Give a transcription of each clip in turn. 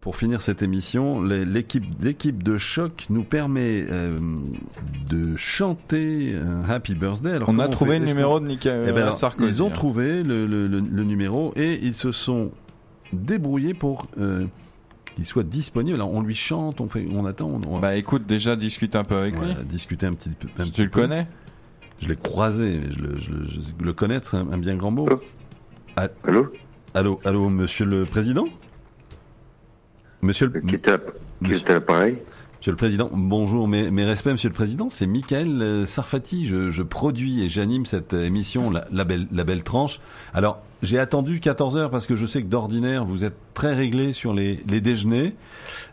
Pour finir cette émission, l'équipe de choc nous permet euh, de chanter un Happy Birthday. Alors on comment a trouvé fait le Est-ce numéro qu'on- de Nicolas Eh ben alors, Sarkozy. hein. Ils ont trouvé le, le- le- le numéro et ils se sont débrouillés pour euh, qu'il soit disponible. Alors on lui chante, on, fait, on attend, on, on va- Bah écoute, déjà discute un peu avec on va lui. discuter un petit, peu- un Si petit tu le peu. connais Je l'ai croisé, mais je le, je le- je- le connaître, c'est un, un bien grand mot. Ah. Allô Allô Allô, allô, monsieur le président Monsieur le, Qui était à, qui monsieur, était à l'appareil monsieur le président, bonjour, mes, mes respects, monsieur le président, c'est Michael euh, Sarfati. Je, je produis et j'anime cette euh, émission, la, la belle, la belle tranche. Alors, j'ai attendu 14 heures parce que je sais que d'ordinaire, vous êtes très réglé sur les, les déjeuners.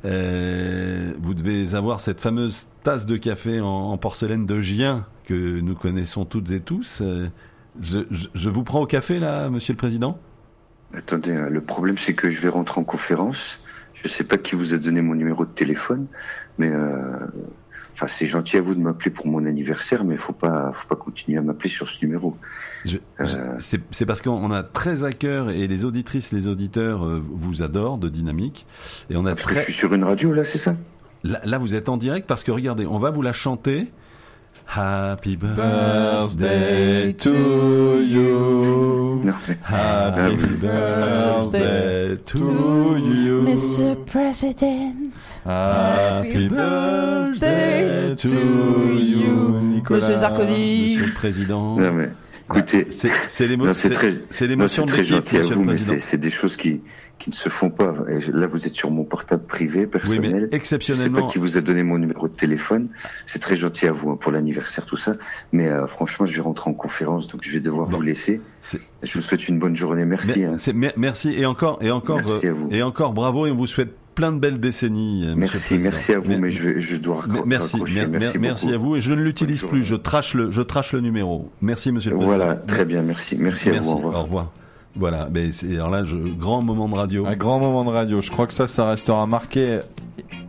Euh, vous devez avoir cette fameuse tasse de café en, en porcelaine de Gien que nous connaissons toutes et tous. Euh, je- je- je vous prends au café, là, monsieur le président Attendez, hein, le problème c'est que je vais rentrer en conférence. Je sais pas qui vous a donné mon numéro de téléphone, mais euh, enfin c'est gentil à vous de m'appeler pour mon anniversaire, mais faut pas, faut pas continuer à m'appeler sur ce numéro. Je- Euh, je- C'est c'est parce qu'on on a très à cœur et les auditrices, les auditeurs euh, vous adorent de dynamique et on a Parce que je très. suis sur une radio là, c'est ça Là, là, vous êtes en direct parce que regardez, on va vous la chanter. Happy birthday Birthday to Mm. you. Non, mais Happy Ah birthday to you. Mr. President, Ah, Happy birthday to you. Nicolas. Monsieur Sarkozy. Monsieur le président. non mais, écoutez, C'est c'est l'émo- Euh, Non, c'est Mm. c'est- très- c'est non, c'est l'émotion de très l'équipe, gentil à monsieur vous, le mais président. c'est c'est des choses qui qui ne se font pas. Et je- là, vous êtes sur mon portable privé Oui, personnel. mais Je sais pas exceptionnellement, qui vous a donné mon numéro de téléphone. C'est très gentil à vous hein, pour l'anniversaire, tout ça. Mais euh, franchement, je vais rentrer en conférence, donc je vais devoir Bon. vous laisser. c'est- Je vous souhaite une bonne journée. Merci. Mer- hein. c'est- mer- merci et encore et encore Merci euh, à vous. et encore bravo et on vous souhaite plein de belles décennies. euh, monsieur Merci, le président. merci à vous, Mer- mais je, vais- je dois mer- raccro- Merci, raccrocher. mer- mer- merci beaucoup. à vous et je ne l'utilise Bonne plus, journée. je trache le, je trache le numéro. Merci Monsieur le Président. Voilà, très bien, merci. Merci, à vous, au revoir. Voilà, mais c'est- alors là, je, grand moment de radio. Un grand moment de radio. Je crois que ça, ça restera marqué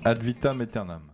ad vitam aeternam.